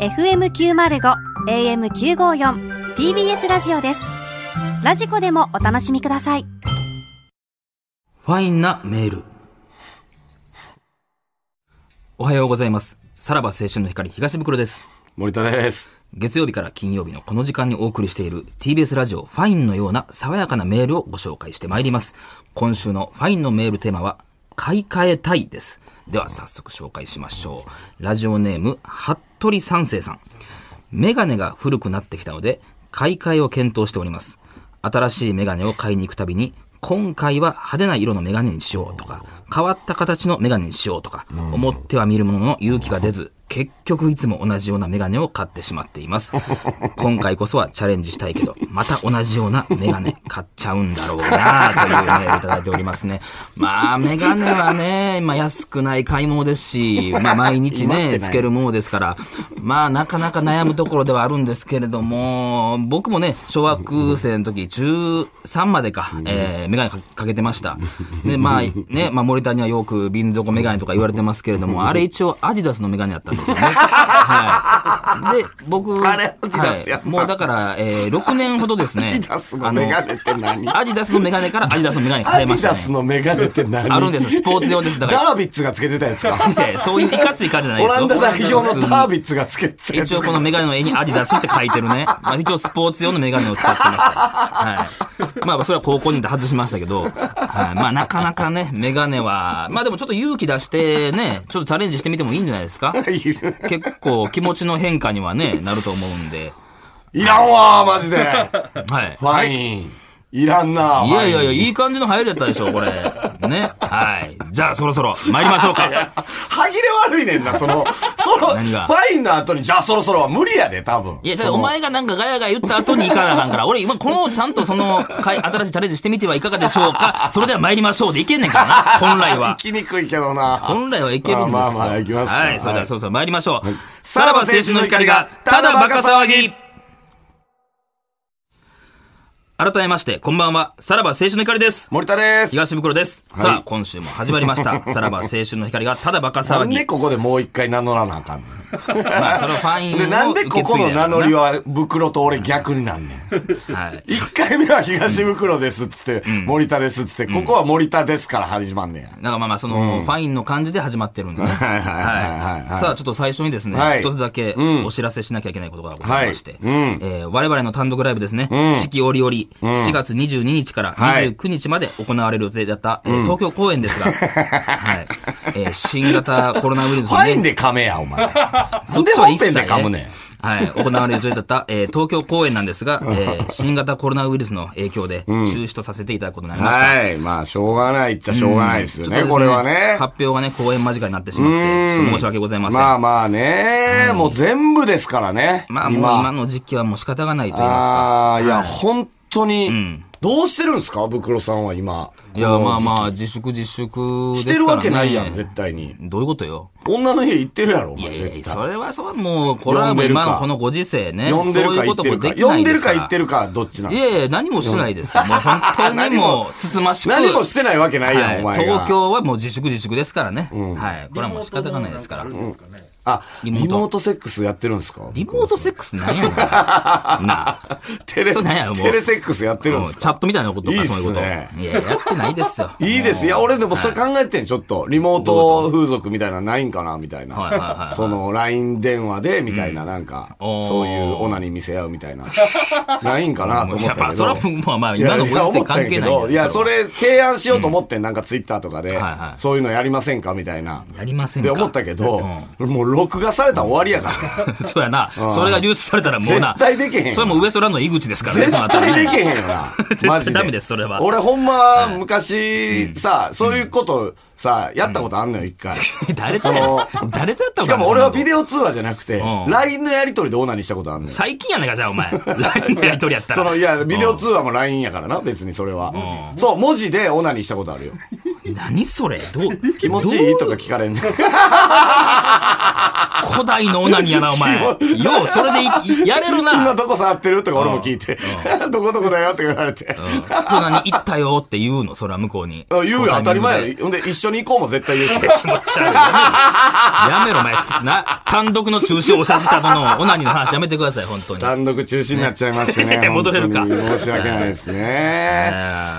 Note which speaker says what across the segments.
Speaker 1: FM905 AM954 TBS ラジオですラジコでもお楽しみください
Speaker 2: ファインなメール。おはようございます。さらば青春の光東袋です。
Speaker 3: 森田です。
Speaker 2: 月曜日から金曜日のこの時間にお送りしている TBS ラジオファインのような爽やかなメールをご紹介してまいります。今週のファインのメールテーマは、買い替えたいです。では早速紹介しましょう。ラジオネーム、服部三世さん。メガネが古くなってきたので、買い替えを検討しております。新しいメガネを買いに行くたびに、今回は派手な色のメガネにしようとか、変わった形のメガネにしようとか、思っては見るものの勇気が出ず、結局いつも同じようなメガネを買ってしまっています。今回こそはチャレンジしたいけど、また同じようなメガネ買っちゃうんだろうなあというメールいただいておりますね。まあ、メガネはね、今安くない買い物です し、まあ毎日ね、つけるものですから、まあなかなか悩むところではあるんですけれども、僕もね、小学生の時、中3までか、えー、メガネかかけてました。で、まあね、まあ森田にはよく瓶底メガネとか言われてますけれども、あれ一応アディダスのメガネだったんですよ ね。はい。で、僕、
Speaker 3: あれアディダスや
Speaker 2: はい、もうだから、えー、6年ほどですね、
Speaker 3: アディダスのメガネって何
Speaker 2: アディダスのメガネからアディダスのメガネに
Speaker 3: ア
Speaker 2: 変え
Speaker 3: デ
Speaker 2: ました
Speaker 3: ィダ
Speaker 2: ね
Speaker 3: ス。のメガネって何
Speaker 2: あるんですよスポーツ用です。だか
Speaker 3: ダービッツがつけてたやつか。
Speaker 2: ら、えーそういういかつい感じじゃない
Speaker 3: オ
Speaker 2: です
Speaker 3: ラ
Speaker 2: よ。
Speaker 3: ンダ代表の
Speaker 2: 普通に
Speaker 3: ダービッツがつけてたやつ
Speaker 2: 一応このメガネの絵にアディダスって書いてるね。まあ一応スポーツ用のメガネを使ってました。はい。まあそれは高校に行って外しましたけど、はい、まあなかなかね、メガネは、まあでもちょっと勇気出してね、ちょっとチャレンジしてみてもいいんじゃないですか結構気持ちの変化にはね、なると思うんで。
Speaker 3: いらんわー、マジで。フ
Speaker 2: はい。
Speaker 3: ァイン。いらんなー。
Speaker 2: いやいやい
Speaker 3: や。
Speaker 2: や、いい感じの入れたでしょ、これ。ね。はい。じゃあそろそろ参りましょうか。
Speaker 3: 歯切れ悪いねんな、そ の、その、フ
Speaker 2: 何が
Speaker 3: ァインの後に、じゃあそろそろは無理やで、多分。
Speaker 2: いや、ちょっとお前がなんかガヤガヤ言った後に行かなあかん から、俺今このちゃんとその、かい新しいチャレンジしてみてはいかがでしょうかそれでは参りましょうでいけんねんからな、本来は
Speaker 3: 行。きにくいけどな。
Speaker 2: 本来はいけるんですよ。
Speaker 3: まあまあまあ行きますか
Speaker 2: はい、それで
Speaker 3: は
Speaker 2: はいそうそう参りましょう。さ
Speaker 3: さ
Speaker 2: ら
Speaker 3: ら
Speaker 2: ば
Speaker 3: ば
Speaker 2: 青春
Speaker 3: 青春
Speaker 2: の
Speaker 3: の
Speaker 2: 光
Speaker 3: 光
Speaker 2: が
Speaker 3: が、
Speaker 2: ただ
Speaker 3: ただ
Speaker 2: バ
Speaker 3: バ
Speaker 2: カ
Speaker 3: カ
Speaker 2: 騒
Speaker 3: 騒
Speaker 2: ぎ
Speaker 3: ぎ
Speaker 2: 改めまして、こんばんは。さらば青春の光です。
Speaker 3: 森田です。
Speaker 2: 東袋です。
Speaker 3: い
Speaker 2: さあ、今週も始まりま した。さらば青春の光が、ただバカ
Speaker 3: な
Speaker 2: 騒
Speaker 3: ん
Speaker 2: ぎ
Speaker 3: で。ここでもう一回名乗らなあかんねん。
Speaker 2: まあ、そのファインを
Speaker 3: で、なんでここの名乗り
Speaker 2: を。
Speaker 3: は袋と俺逆になんねん。
Speaker 2: はい。
Speaker 3: 一回目は東袋ですっつって、森田ですっつって、ここは森田ですから始まんねや。
Speaker 2: なんかまあまあ、その、ファインの感じで始まってるんでね。
Speaker 3: はいはいはいはい
Speaker 2: はいさあ、ちょっと最初にですね、一、
Speaker 3: はい
Speaker 2: つだけお知らせしなきゃいけないことがございまして、
Speaker 3: はいうん
Speaker 2: えー我々の単独ライブですね、四季折々、7月22日から
Speaker 3: はい
Speaker 2: 29日まで行われる予定だった、えー東京公演です が、はいえー新型コロナウイルス
Speaker 3: フ
Speaker 2: の
Speaker 3: ァイン
Speaker 2: ね、
Speaker 3: で噛めや、お前。
Speaker 2: そっ
Speaker 3: なんで
Speaker 2: ちは
Speaker 3: 本
Speaker 2: 一切
Speaker 3: 編で噛むねん。
Speaker 2: はい、行われる予定だった、えー東京公演なんです が、えー新型コロナウイルスの影響で中止とさせていただくことになりました。
Speaker 3: はい。まあ、しょうがないっちゃしょうがないですよ
Speaker 2: ちょ
Speaker 3: ね、
Speaker 2: っと
Speaker 3: これはね。
Speaker 2: 発表がね、公演間近になってしまって、ちょっと申し訳ございません。
Speaker 3: まあまあね、もう全部ですからね。
Speaker 2: まあもう今の時期はもう仕方がないと言いますか。
Speaker 3: ああ、いや、本当に、どうしてるんですか、ブクロさんは今。
Speaker 2: いや、まあま
Speaker 3: あ。
Speaker 2: あ、自粛自粛です
Speaker 3: し
Speaker 2: から、ね。
Speaker 3: てるわけないやん、絶対に。
Speaker 2: どういうことよ。
Speaker 3: 女の家行ってるやろ、お前
Speaker 2: いやい
Speaker 3: 絶
Speaker 2: や
Speaker 3: 対。
Speaker 2: それはそう、もう、これは
Speaker 3: 呼ん
Speaker 2: もう
Speaker 3: でるか
Speaker 2: 今のこのご時世ね。
Speaker 3: 呼んでる
Speaker 2: そう
Speaker 3: か
Speaker 2: いう
Speaker 3: 行
Speaker 2: こ
Speaker 3: っ
Speaker 2: と
Speaker 3: て
Speaker 2: も
Speaker 3: る
Speaker 2: で
Speaker 3: か。
Speaker 2: きな
Speaker 3: 呼ん
Speaker 2: い
Speaker 3: で
Speaker 2: で
Speaker 3: る
Speaker 2: すか。
Speaker 3: から行ってるか、どっちなん
Speaker 2: いやいや、何もしてないですよ。もう本 当にもう、つつましく。
Speaker 3: 何もしてないわけないやん、
Speaker 2: はい
Speaker 3: お前が。
Speaker 2: 東京はもう自粛自粛ですからね。はい。これはもう仕方がないですから。
Speaker 3: あ、
Speaker 2: リモ
Speaker 3: リ
Speaker 2: ー
Speaker 3: モ
Speaker 2: ト
Speaker 3: ートセックスやってるんですか
Speaker 2: リモートセックスなんやねん。なあ。
Speaker 3: テレ
Speaker 2: そうなんやもう
Speaker 3: テレセックスやってるんです
Speaker 2: チャ
Speaker 3: か
Speaker 2: ットみたいなこと
Speaker 3: い
Speaker 2: か、
Speaker 3: いっす
Speaker 2: そう
Speaker 3: ね
Speaker 2: いうこと。いや、やってないですよ。
Speaker 3: いいです。いや、俺でもそれ考えてん、ちょっと。リモート風俗みたいなのないんかなみた
Speaker 2: は
Speaker 3: い
Speaker 2: いはいはいは
Speaker 3: な。
Speaker 2: い
Speaker 3: その、LINE 電話で、みたいな、なんか、
Speaker 2: おー
Speaker 3: そういうオナに見せ合うみたいな。ないんか なと思った
Speaker 2: やっぱ
Speaker 3: け
Speaker 2: それ
Speaker 3: ど
Speaker 2: は。まあまあ
Speaker 3: いや
Speaker 2: 今の
Speaker 3: い
Speaker 2: ご
Speaker 3: や
Speaker 2: 時
Speaker 3: 思
Speaker 2: 世
Speaker 3: ったん
Speaker 2: 関
Speaker 3: や
Speaker 2: 係
Speaker 3: け
Speaker 2: ないよ
Speaker 3: ど、いや、そ
Speaker 2: は
Speaker 3: れ提案しようと思ってん、なんかツイッターとかで
Speaker 2: はいは、い
Speaker 3: そういうのやりませんかみたいな。
Speaker 2: やりません
Speaker 3: で
Speaker 2: か
Speaker 3: 思ったけど、もう録画されたら終わりやからね。
Speaker 2: そうやなそれが流出されたらもうな
Speaker 3: 絶対できへんよ
Speaker 2: それもウエストランドの井口ですからね
Speaker 3: 絶
Speaker 2: その後
Speaker 3: 対でき
Speaker 2: ね。
Speaker 3: へんよな
Speaker 2: 対
Speaker 3: マジで。
Speaker 2: ダメですそれは
Speaker 3: 俺ほんま、昔、さ、そういうこと、さ、やったことあんのよ、一回。し
Speaker 2: 誰とや
Speaker 3: そ
Speaker 2: 誰とやったの
Speaker 3: かも俺はビ
Speaker 2: オ
Speaker 3: デオ通話じゃなくて
Speaker 2: うん、
Speaker 3: LINE のやりとりでオナにしたことあんのよ。
Speaker 2: 最近やねんかじゃあお前 LINE のやり取りやったら
Speaker 3: その、いや、ビデオ通話も LINE やからな、別にそれは。そう、文字でオナにしたことあ るよ。
Speaker 2: 何それどう
Speaker 3: 気持ちいいとか聞かれんの。
Speaker 2: 古代のオナニーやな、お 前。よう、それでいいやれる
Speaker 3: 今
Speaker 2: な。
Speaker 3: どこ触ってるとか俺も聞いて。 どこどこだよとか言われて。
Speaker 2: 大人に行ったよって言うの、それは向こうに。
Speaker 3: あ言うよ、当たり前や
Speaker 2: や
Speaker 3: ろ。ほんで、一緒に行こうも絶対言う
Speaker 2: 気
Speaker 3: し。
Speaker 2: 持ち悪い。 やめろ、やめろお前。な、単独の中止をお察ししたものを、オナニーの話やめてください、本当に。
Speaker 3: 単独中止になっちゃいましてね。
Speaker 2: ね 戻れるか
Speaker 3: 本当に申し訳ないですね。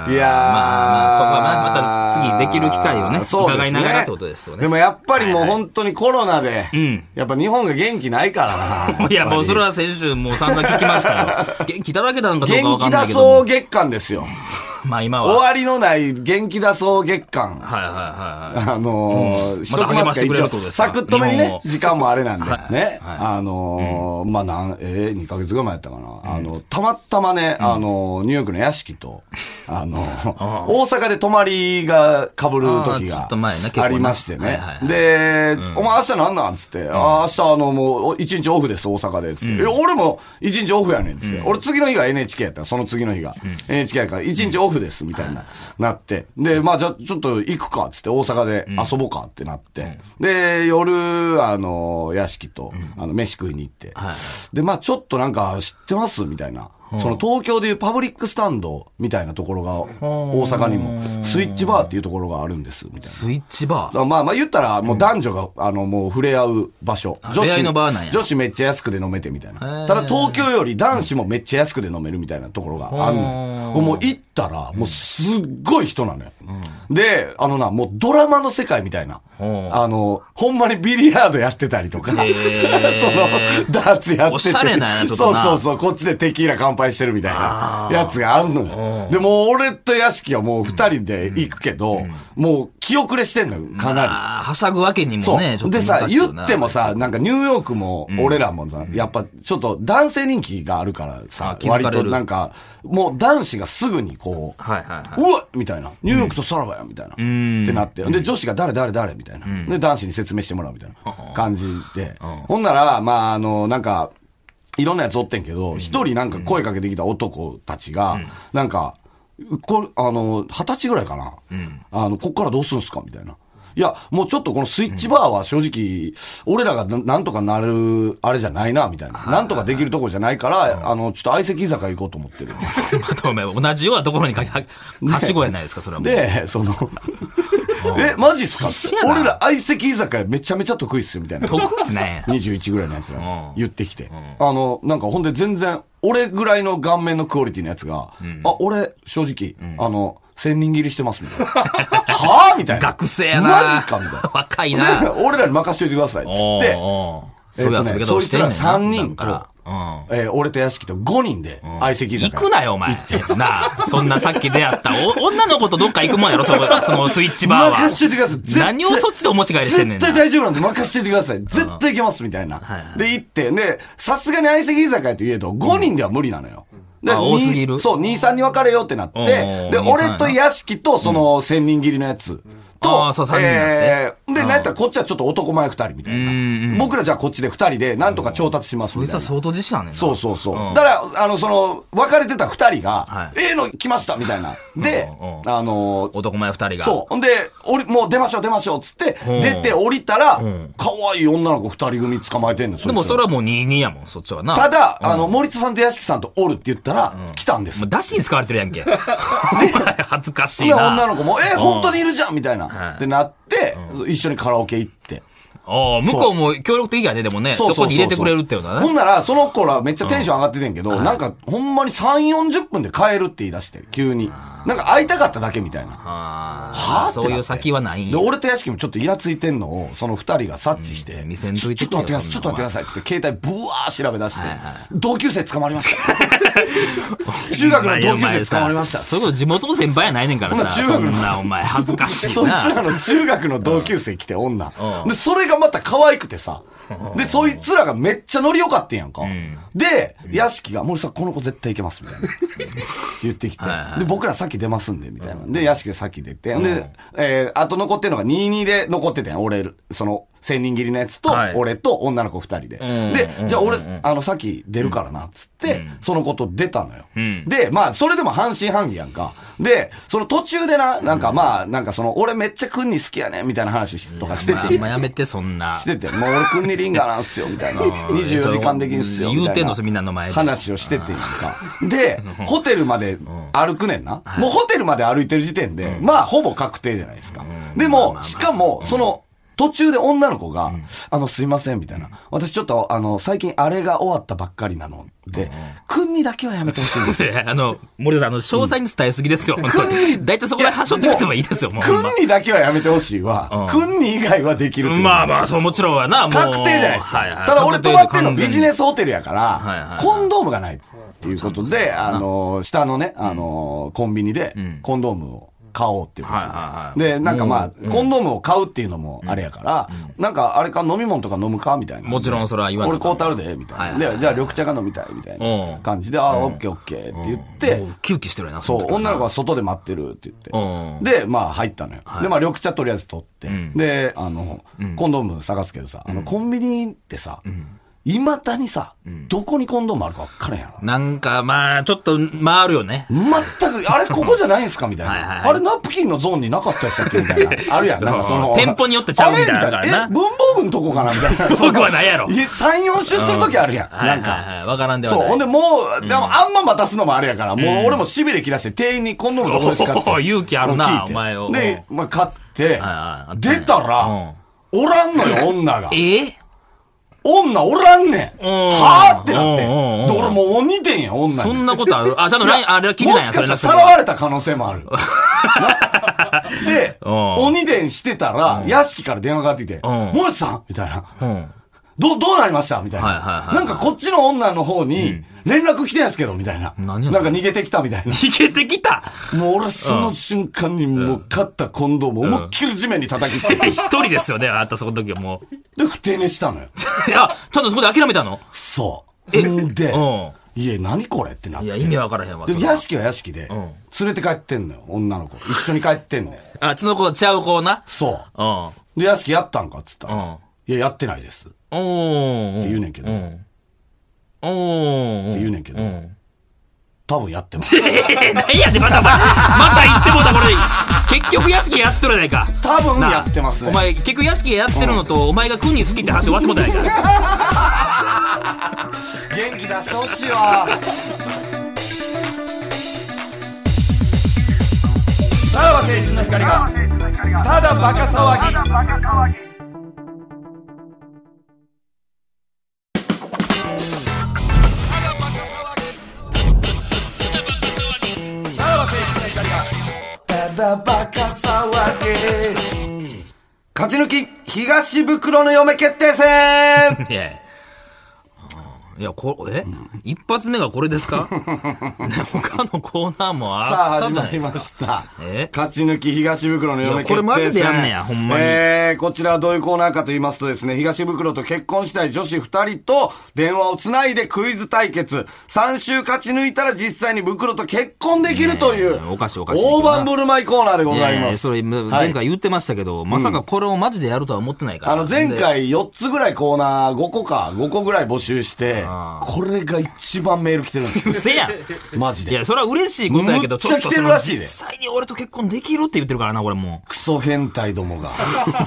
Speaker 3: いやー。
Speaker 2: まあまあここはまあまた次できる機会をね
Speaker 3: そうです
Speaker 2: 伺いながらってことですよね
Speaker 3: でもやっぱりもう本当にコロナで
Speaker 2: ん、
Speaker 3: やっぱ日本が元気ないから な。
Speaker 2: いや、もうそれ
Speaker 3: は。
Speaker 2: は先週もう散々聞きました よ。元気いただけたんかどうかわ
Speaker 3: 元
Speaker 2: か
Speaker 3: 気
Speaker 2: んな
Speaker 3: だ
Speaker 2: いけど
Speaker 3: そう
Speaker 2: も。
Speaker 3: 月間ですよ。
Speaker 2: まあ今
Speaker 3: 終
Speaker 2: は。
Speaker 3: わりのない元気だそう月間。
Speaker 2: はいはいはいはい。
Speaker 3: あのー
Speaker 2: ん
Speaker 3: しとき
Speaker 2: また励ま
Speaker 3: ま
Speaker 2: し
Speaker 3: す
Speaker 2: て
Speaker 3: か、
Speaker 2: くれ
Speaker 3: 一
Speaker 2: る
Speaker 3: 応
Speaker 2: ってことですか
Speaker 3: サクッと目に
Speaker 2: 日本
Speaker 3: ね
Speaker 2: を、
Speaker 3: 時間もあれなんで、ね。
Speaker 2: は
Speaker 3: あのー、まあ、なん、えー、2ヶ月ぐらい前やったかな。あの、たまたまね、あのー、ニューヨークの屋敷と、あのー、大阪で泊まりが被
Speaker 2: あ
Speaker 3: る時
Speaker 2: ーちょっ
Speaker 3: が
Speaker 2: と前ね結構ね
Speaker 3: ありまして
Speaker 2: はい
Speaker 3: ね
Speaker 2: はいは。い
Speaker 3: で、お前明日なんなんつって、あー明日あの、もう、1日オフです、大阪で。つって、え俺も1日オフやねん。つって、俺次の日が NHK やったその次の日が。NHK やから、1日オフです、みたいな、なって。で、まあ、じゃあ、ちょっと行くか、つって、大阪で遊ぼうかってなって。で、夜、あの、屋敷と、あの、飯食いに行って
Speaker 2: はい。
Speaker 3: で、まあ、ちょっとなんか、知ってますみたいな。その東京でいうパブリックスタンドみたいなところが、大阪にも、スイッチバーっていうところがあるんです、みたいな。
Speaker 2: スイッチバー。
Speaker 3: あまあまあ言ったら、もう男女が、あの、もう触れ合う場所。女
Speaker 2: 出会い
Speaker 3: 子
Speaker 2: の場なんや
Speaker 3: 女子めっちゃ安くで飲めてみたい
Speaker 2: へー
Speaker 3: な。ただ東京より男子もめっちゃ安くで飲めるみたいなところがあんのよ。もう行ったら、もうすっごい人なのよ。で、あのな、もうドラマの世界みたいな。
Speaker 2: ん
Speaker 3: あの、ほんまにビリヤードやってたりとか、 その
Speaker 2: ー、
Speaker 3: ダーツやってて。
Speaker 2: おしゃれなんやちょっとな
Speaker 3: そうそうそう、こっちでテキーラ乾杯してるみたいなやつがあんのよ。で、もう俺と屋敷はもう二人で行くけど、もう気遅れしてんのよ、かなり。
Speaker 2: あーはしゃぐわけにも
Speaker 3: そう。
Speaker 2: ね、ちょっと
Speaker 3: でさ
Speaker 2: 難、しい
Speaker 3: 言
Speaker 2: よな。
Speaker 3: ってもさ、なんかニューヨークも、俺らもさ、やっぱちょっと男性人気があるから
Speaker 2: あ
Speaker 3: さ、
Speaker 2: 気づかれ
Speaker 3: 割
Speaker 2: る
Speaker 3: となんか、もう男子がすぐにこう、
Speaker 2: はいはいは
Speaker 3: うわっみたいな。ニューヨークとさらばやみたいな。
Speaker 2: ん
Speaker 3: ってなって。で、女子が誰誰誰みたいな。で、男子に説明してもらうみたいな感じで。ほんなら、まあ、あの、なんか、いろんなやつおってんけど、一人なんか声かけてきた男たちが、なんか、こあの、二十歳ぐらいかな。あの、こっからどうすんすかみたいな。いや、もうちょっとこのスイッチバーは正直、俺らがななんとかなる、あれじゃないな、みたいな。なんとかできるとこじゃないから、あの、ちょっと相席居酒屋行こうと思ってる。
Speaker 2: い。またお前、同じようなところにかけは、はしごやないですか、それはもう。
Speaker 3: で、その、 え、マジっす
Speaker 2: 必死
Speaker 3: か
Speaker 2: やな
Speaker 3: 俺ら相席居酒屋めちゃめちゃ得意っすよ、みたいな。
Speaker 2: 得意 ね。
Speaker 3: 21ぐらいのやつ
Speaker 2: う
Speaker 3: が
Speaker 2: ん
Speaker 3: 言ってきて。あの、なんかほんで全然、俺ぐらいの顔面のクオリティのやつが、あ、俺、正直、あの、千人切りしてます、みたいな。 はぁみたいな。
Speaker 2: 学生やな。
Speaker 3: マジかみたいな。
Speaker 2: 若いな。
Speaker 3: 俺らに任しといてください、つっ
Speaker 2: お
Speaker 3: て
Speaker 2: ー。おー
Speaker 3: えっとね
Speaker 2: そういう遊び方をしてんねんな。
Speaker 3: そいつら三人と
Speaker 2: だから。うん。
Speaker 3: えー俺と屋敷と5人で相席居
Speaker 2: 行
Speaker 3: 酒屋。
Speaker 2: くなよ、お前。なあ、そんなさっき出会った、お、女の子とどっか行くもんやろ、その、そのスイッチバーは。
Speaker 3: 任しといてください。絶対
Speaker 2: 何をそっちでお持ち帰りしてんねんな。
Speaker 3: 絶対大丈夫なんで任せててください。絶対いけます、みたいな
Speaker 2: はいは。い
Speaker 3: で、行って、で、さすがに相席居酒屋といえど、5人では無理なのよ。で
Speaker 2: あ多すぎる
Speaker 3: にそう、2、3に分かれようってなって、
Speaker 2: おー
Speaker 3: で、
Speaker 2: 二三やな
Speaker 3: 俺と屋敷と、その、千人切りのやつ。
Speaker 2: あー
Speaker 3: と
Speaker 2: そう、三人になって
Speaker 3: えーで、なんやったらこっちはちょっと男前2人みたいな。僕らじゃあこっちで2人で、なんとか調達します
Speaker 2: こ
Speaker 3: み
Speaker 2: いつ
Speaker 3: たい
Speaker 2: は
Speaker 3: な。
Speaker 2: 相当自信あんねんな。
Speaker 3: そうそうそう。
Speaker 2: ん
Speaker 3: だから、あの、その、別れてた2人
Speaker 2: は
Speaker 3: が、
Speaker 2: い
Speaker 3: ええの来ましたみたいな。で
Speaker 2: うんう、ん
Speaker 3: あの、
Speaker 2: 男前二人が。
Speaker 3: そう。ほんで、降り、もう出ましょう出ましょうっつって
Speaker 2: うん、
Speaker 3: 出て降りたら
Speaker 2: ん、
Speaker 3: 可愛い女の子二人組捕まえてんの、
Speaker 2: でもそ
Speaker 3: れ。
Speaker 2: れはもう22やもん、そっちはな。
Speaker 3: ただ、あの、森田さんと屋敷さんとおるって言ったら、来たんです
Speaker 2: もう。出しに使われてるやんけ。お前恥ずかしい
Speaker 3: で
Speaker 2: な。
Speaker 3: 女の子も、え、
Speaker 2: ん
Speaker 3: 本当にいるじゃんみたい
Speaker 2: はい
Speaker 3: な。ってなって、一緒にカラオケ行って。
Speaker 2: ああ、向こうも協力的やね、でもね。そこに入れてくれるっていうのは
Speaker 3: ほん
Speaker 2: ね。
Speaker 3: なら、その子らめっちゃテンション上がっててんけど、なんか、ほんまに3、40分で帰るって言い出して、急に。なんか会いたかっただけみたいな。
Speaker 2: あ
Speaker 3: は
Speaker 2: あ、
Speaker 3: あ
Speaker 2: そういう先はないん
Speaker 3: で、
Speaker 2: や。
Speaker 3: 俺と屋敷もちょっとイラついてんのを、その二人が察知して、
Speaker 2: うん見せんといて
Speaker 3: ちょちょっと待ってください、ち
Speaker 2: そ
Speaker 3: ょっ
Speaker 2: ん
Speaker 3: と
Speaker 2: な
Speaker 3: 待ってくださいって 言って、携帯ブワー調べ出して、同級生捕まりました。中学の同級生捕まりました。
Speaker 2: それこそ地元の先輩やないねんからさ。
Speaker 3: ほ
Speaker 2: そ
Speaker 3: ん
Speaker 2: ん
Speaker 3: な中学の
Speaker 2: な、お前、恥ずかしい
Speaker 3: そいつら
Speaker 2: な。
Speaker 3: の中学の同級生来て女
Speaker 2: うん。
Speaker 3: で、それがまた可愛くてさ。で、そいつらがめっちゃノリ良かったんやんか。で、屋敷が、森さん、この子絶対いけます、みたいな。って言ってきて
Speaker 2: はいは。い
Speaker 3: で、僕ら先出ますんで、みたいな。で、屋敷で先出て。で、えーあと残ってんのが22で残っててん。俺、その、千人切りのやつと
Speaker 2: はい、
Speaker 3: 俺と女の子二人で。
Speaker 2: ん
Speaker 3: で
Speaker 2: う、ん
Speaker 3: じゃあ俺、あの、さっき出るからな、つって、そのこと出たのよ。で、まあ、それでも半信半疑やんか。で、その途中でな、なんかまあ、なんかその、俺めっちゃくんに好きやねん、みたいな話しとかして
Speaker 2: まあ
Speaker 3: て。
Speaker 2: まあやめて、そんな。
Speaker 3: してて、もう俺くんにリンガーなんすよ、みたい な。
Speaker 2: ん
Speaker 3: 24時間できんすよ、みたいな。
Speaker 2: 言うてんのそれみんなの前で
Speaker 3: 話をしててんか。で、ホテルまで歩くねんな。もうホテルまで歩いてる時点で、まあほぼ確定じゃないですか。でも、しかも、その、途中で女の子が、あの、すいません、みたいな。私ちょっと、あの、最近あれが終わったばっかりなので、くんにだけはやめてほしい んですよ。
Speaker 2: であの、森田さん、あの、詳細に伝えすぎですよ、本当
Speaker 3: く
Speaker 2: に。
Speaker 3: ん
Speaker 2: 大体そこら辺端折ってくれてもいいですよ、もう
Speaker 3: く
Speaker 2: ほんま。
Speaker 3: んにだけはやめてほしいわ。くんに以外はできるってこと
Speaker 2: まあまあ、そう、もちろんはな、もう。
Speaker 3: 確定じゃないですか。
Speaker 2: はいはい
Speaker 3: ただ俺泊まってんの
Speaker 2: 確定で完
Speaker 3: ビジ
Speaker 2: 全に
Speaker 3: ネスホテルやから、
Speaker 2: いはいはい
Speaker 3: コンドームがないっていうことで、あの、下のね、あの、コンビニでコンドームを買おうっていうことで。
Speaker 2: はいはいはい
Speaker 3: で、なんかまあ、コンドームを買うっていうのもあれやから、なんかあれか飲み物とか飲むかみたいな。
Speaker 2: もちろんそれは言わんと
Speaker 3: 俺こうたるで、みたいな。で、じゃあ緑茶が飲みたいみたい
Speaker 2: うん
Speaker 3: な感じで、ああ、オッケーオッケーって言って、
Speaker 2: もうキュウキュしてるよな、
Speaker 3: そう、女の子
Speaker 2: 子。
Speaker 3: は外で待ってるって言って。
Speaker 2: うん。
Speaker 3: で、まあ入ったのよ。で、まあ緑茶とりあえず取って。で、あの、コンドーム探すけどさ、あの、コンビニってさ、いまだにさ、どこにコンドームあるか分からんやろ。
Speaker 2: なんか、まあ、ちょっと回るよね。
Speaker 3: 全く、あれここじゃないんすかみたい
Speaker 2: はいはい
Speaker 3: な。
Speaker 2: はい
Speaker 3: あれナプキンのゾーンになかったでしたっけみたい な。あるやん。なんかその。
Speaker 2: 店舗によってちゃうみたいなのあるからな
Speaker 3: あれみたいなえ、文房具のとこかなみたいな。
Speaker 2: 僕はないやろ。
Speaker 3: 3、4周するときあるやん。
Speaker 2: は
Speaker 3: ないん
Speaker 2: は
Speaker 3: か
Speaker 2: い。はい。わからんでは
Speaker 3: そう。
Speaker 2: ない。
Speaker 3: ほんで、もう、でも、あんま待たすのもあれやから、もう俺もしびれ切らして、店員にこんなのどこですかっ
Speaker 2: おお
Speaker 3: て。
Speaker 2: 勇気あるな
Speaker 3: もう聞いて
Speaker 2: お前を
Speaker 3: で、まあ、買って
Speaker 2: はい、
Speaker 3: 出たら、おらん のよ、女が。
Speaker 2: ええ
Speaker 3: 女おらんねん。
Speaker 2: ん
Speaker 3: はぁってなっ
Speaker 2: う
Speaker 3: て。で、
Speaker 2: んうんうん
Speaker 3: 俺もう鬼店や、女
Speaker 2: そ
Speaker 3: に。
Speaker 2: んなことあ るあ、ちゃんとライン、あれは聞いてない
Speaker 3: も
Speaker 2: や
Speaker 3: しかしたら
Speaker 2: そ
Speaker 3: さ
Speaker 2: れ
Speaker 3: ら
Speaker 2: な
Speaker 3: われた可能性 もある。なで、
Speaker 2: うん
Speaker 3: 鬼伝してたら、屋敷から電話がかかってきて、
Speaker 2: ん
Speaker 3: もやしさんみたいな。
Speaker 2: うん。
Speaker 3: どう、どうなりましたみたいな、
Speaker 2: はいはいはい
Speaker 3: なんかこっちの女の方に、連絡来てんすけど、みたいな。
Speaker 2: 何
Speaker 3: な
Speaker 2: や
Speaker 3: ん
Speaker 2: そ
Speaker 3: か
Speaker 2: れ
Speaker 3: 逃げてきたみたい な。
Speaker 2: 逃げてき た
Speaker 3: もう俺その瞬間にもう勝ったコンドームを思いっきり地面に叩きつけて、
Speaker 2: 一人ですよね、あなたその時はもう。
Speaker 3: で、不定寝したのよ。
Speaker 2: いや、ちゃんとそこで諦めたの
Speaker 3: そう。んで、
Speaker 2: う
Speaker 3: いや、何これってなっ
Speaker 2: ん。いや、
Speaker 3: て。
Speaker 2: 意味わからへんわ。
Speaker 3: で
Speaker 2: そ
Speaker 3: も
Speaker 2: れは
Speaker 3: 屋敷は屋敷で、
Speaker 2: ん
Speaker 3: 連れて帰ってんのよ、女の子。一緒に帰ってんのよ。
Speaker 2: あ、ちの子、ちゃう子な。
Speaker 3: そ
Speaker 2: うん。お
Speaker 3: う。で、屋敷やったんかって言った
Speaker 2: うん
Speaker 3: ら、いや、やってないです。って
Speaker 2: ー。って
Speaker 3: 言うねんけど、って
Speaker 2: ん。おー。
Speaker 3: 言うねんけど、
Speaker 2: ん
Speaker 3: 多分やってます。
Speaker 2: 何やで、また、 また言ってもうた、これ。結局、屋敷やっとるやないか。
Speaker 3: 多分
Speaker 2: なあ
Speaker 3: やってますね。
Speaker 2: お前、結局屋敷やってるのと、お前が君に好きって話終わってもうたやないか。
Speaker 3: 元気出してほしいわさらば青春の光がただバカ騒ぎただバカ騒ぎ勝ち抜き東袋の嫁決定戦
Speaker 2: いやいやうんいや、こえ、一発目がこれです かね他のコーナーも
Speaker 3: さ
Speaker 2: あ
Speaker 3: あ
Speaker 2: ったじゃ
Speaker 3: 始ま
Speaker 2: ないで
Speaker 3: り
Speaker 2: す
Speaker 3: ま
Speaker 2: か。
Speaker 3: した
Speaker 2: え
Speaker 3: 勝ち抜き東袋の嫁決定戦
Speaker 2: いやこれマジでやんねやほんまに
Speaker 3: えー、こちらはどういうコーナーかと言いますとですね東袋と結婚したい女子2人と電話をつないでクイズ対決3週勝ち抜いたら実際に袋と結婚できるという、
Speaker 2: ねえおかしいおかしいけどな
Speaker 3: 大盤振る舞いコーナーでござい
Speaker 2: いやい
Speaker 3: ま
Speaker 2: や
Speaker 3: す
Speaker 2: それ、
Speaker 3: はい
Speaker 2: 前回言ってましたけど、まさかこれをマジでやるとは思ってないから。
Speaker 3: あの前
Speaker 2: で。
Speaker 3: 回4つぐらいコーナー5個か5個ぐらい募集して
Speaker 2: あ
Speaker 3: これが一番メール来てるんです
Speaker 2: う
Speaker 3: よ
Speaker 2: せやん。
Speaker 3: マジ
Speaker 2: い
Speaker 3: で
Speaker 2: や、それは嬉しいことやけど、
Speaker 3: むっちゃ
Speaker 2: と
Speaker 3: 来て
Speaker 2: そ
Speaker 3: る
Speaker 2: の
Speaker 3: らしいで
Speaker 2: 実際に俺と結婚できるって言ってるからな、これも
Speaker 3: クソ変態どもが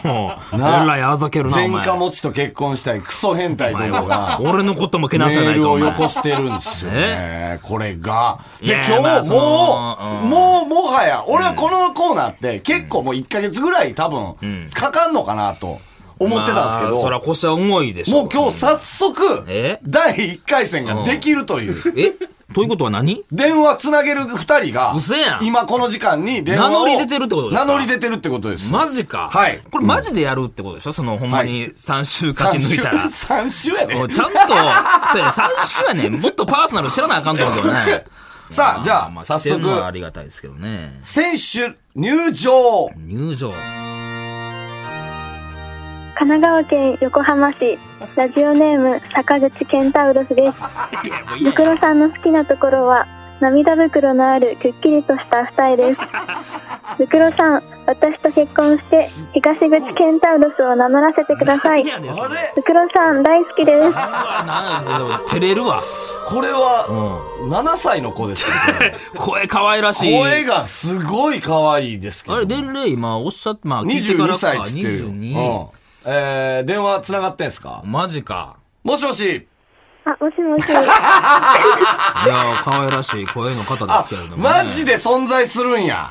Speaker 2: う。もう、え
Speaker 3: な
Speaker 2: らいあざけるな、お
Speaker 3: 前
Speaker 2: 前。
Speaker 3: 科持ちと結婚したいクソ変
Speaker 2: お
Speaker 3: 態ど
Speaker 2: 前
Speaker 3: もが
Speaker 2: 俺のこともけ
Speaker 3: メ
Speaker 2: なさな
Speaker 3: ー
Speaker 2: いか、
Speaker 3: ル
Speaker 2: お
Speaker 3: をよ
Speaker 2: 前。
Speaker 3: こしてるんですよね。これが。
Speaker 2: い
Speaker 3: で、
Speaker 2: や
Speaker 3: 今
Speaker 2: いや
Speaker 3: 日
Speaker 2: まあ、そ
Speaker 3: も
Speaker 2: の
Speaker 3: う、もう、もはや、俺はこのコーナーって結構もう1ヶ月ぐらい多分、かかんのかなと思ってたんですけ
Speaker 2: まあそ
Speaker 3: ど、
Speaker 2: ら腰は重いでしょ。
Speaker 3: もう今日早速
Speaker 2: え、
Speaker 3: 第1回戦ができるという。
Speaker 2: えということは何
Speaker 3: 電話つなげる2人が
Speaker 2: うせや、ん
Speaker 3: 今この時間に電話を
Speaker 2: 名乗り出てるってことですか
Speaker 3: 名乗り出てるってことです。
Speaker 2: マジか。
Speaker 3: はい
Speaker 2: これマジでやるってことでしょその、ほんまに3週勝ち抜いたら。
Speaker 3: 3週やで。
Speaker 2: おいちゃんと、そうや、3週やねん。もっとパーソナル知らなあかんと思うけどね。
Speaker 3: さあ、じゃ
Speaker 2: ま
Speaker 3: あ、
Speaker 2: 来
Speaker 3: 早
Speaker 2: てるのはあ
Speaker 3: 速、
Speaker 2: りがたいですけどね。
Speaker 3: 選手入場。
Speaker 2: 入場。
Speaker 4: 神奈川県横浜市ラジオネーム坂口健太ウロスです
Speaker 2: いや、もういいや
Speaker 4: ブクロさんの好きなところは涙袋のあるくっきりとした二 重です。袋さん、私と結婚して、東口ケンタウロスを名乗らせてください。
Speaker 2: やねんそれ
Speaker 4: 袋さん大好きで
Speaker 2: う
Speaker 4: す。
Speaker 2: わなん照れるわ、
Speaker 3: これ
Speaker 2: う
Speaker 3: は、
Speaker 2: ん、
Speaker 3: 7歳の子ですけど
Speaker 2: 声可愛らしい
Speaker 3: 声がすごい可愛いですけど。
Speaker 2: あれ年齢今おっしゃってまあ聞いてから
Speaker 3: 22
Speaker 2: か
Speaker 3: 歳っつってるよ。
Speaker 2: 22、
Speaker 3: うんえー、電話繋がってんすか
Speaker 2: マジか
Speaker 3: もしもし
Speaker 4: あ、もしもし。
Speaker 2: いや可愛らしい声の方で
Speaker 3: あ
Speaker 2: すけれども、、ね、
Speaker 3: マジで存在するんや。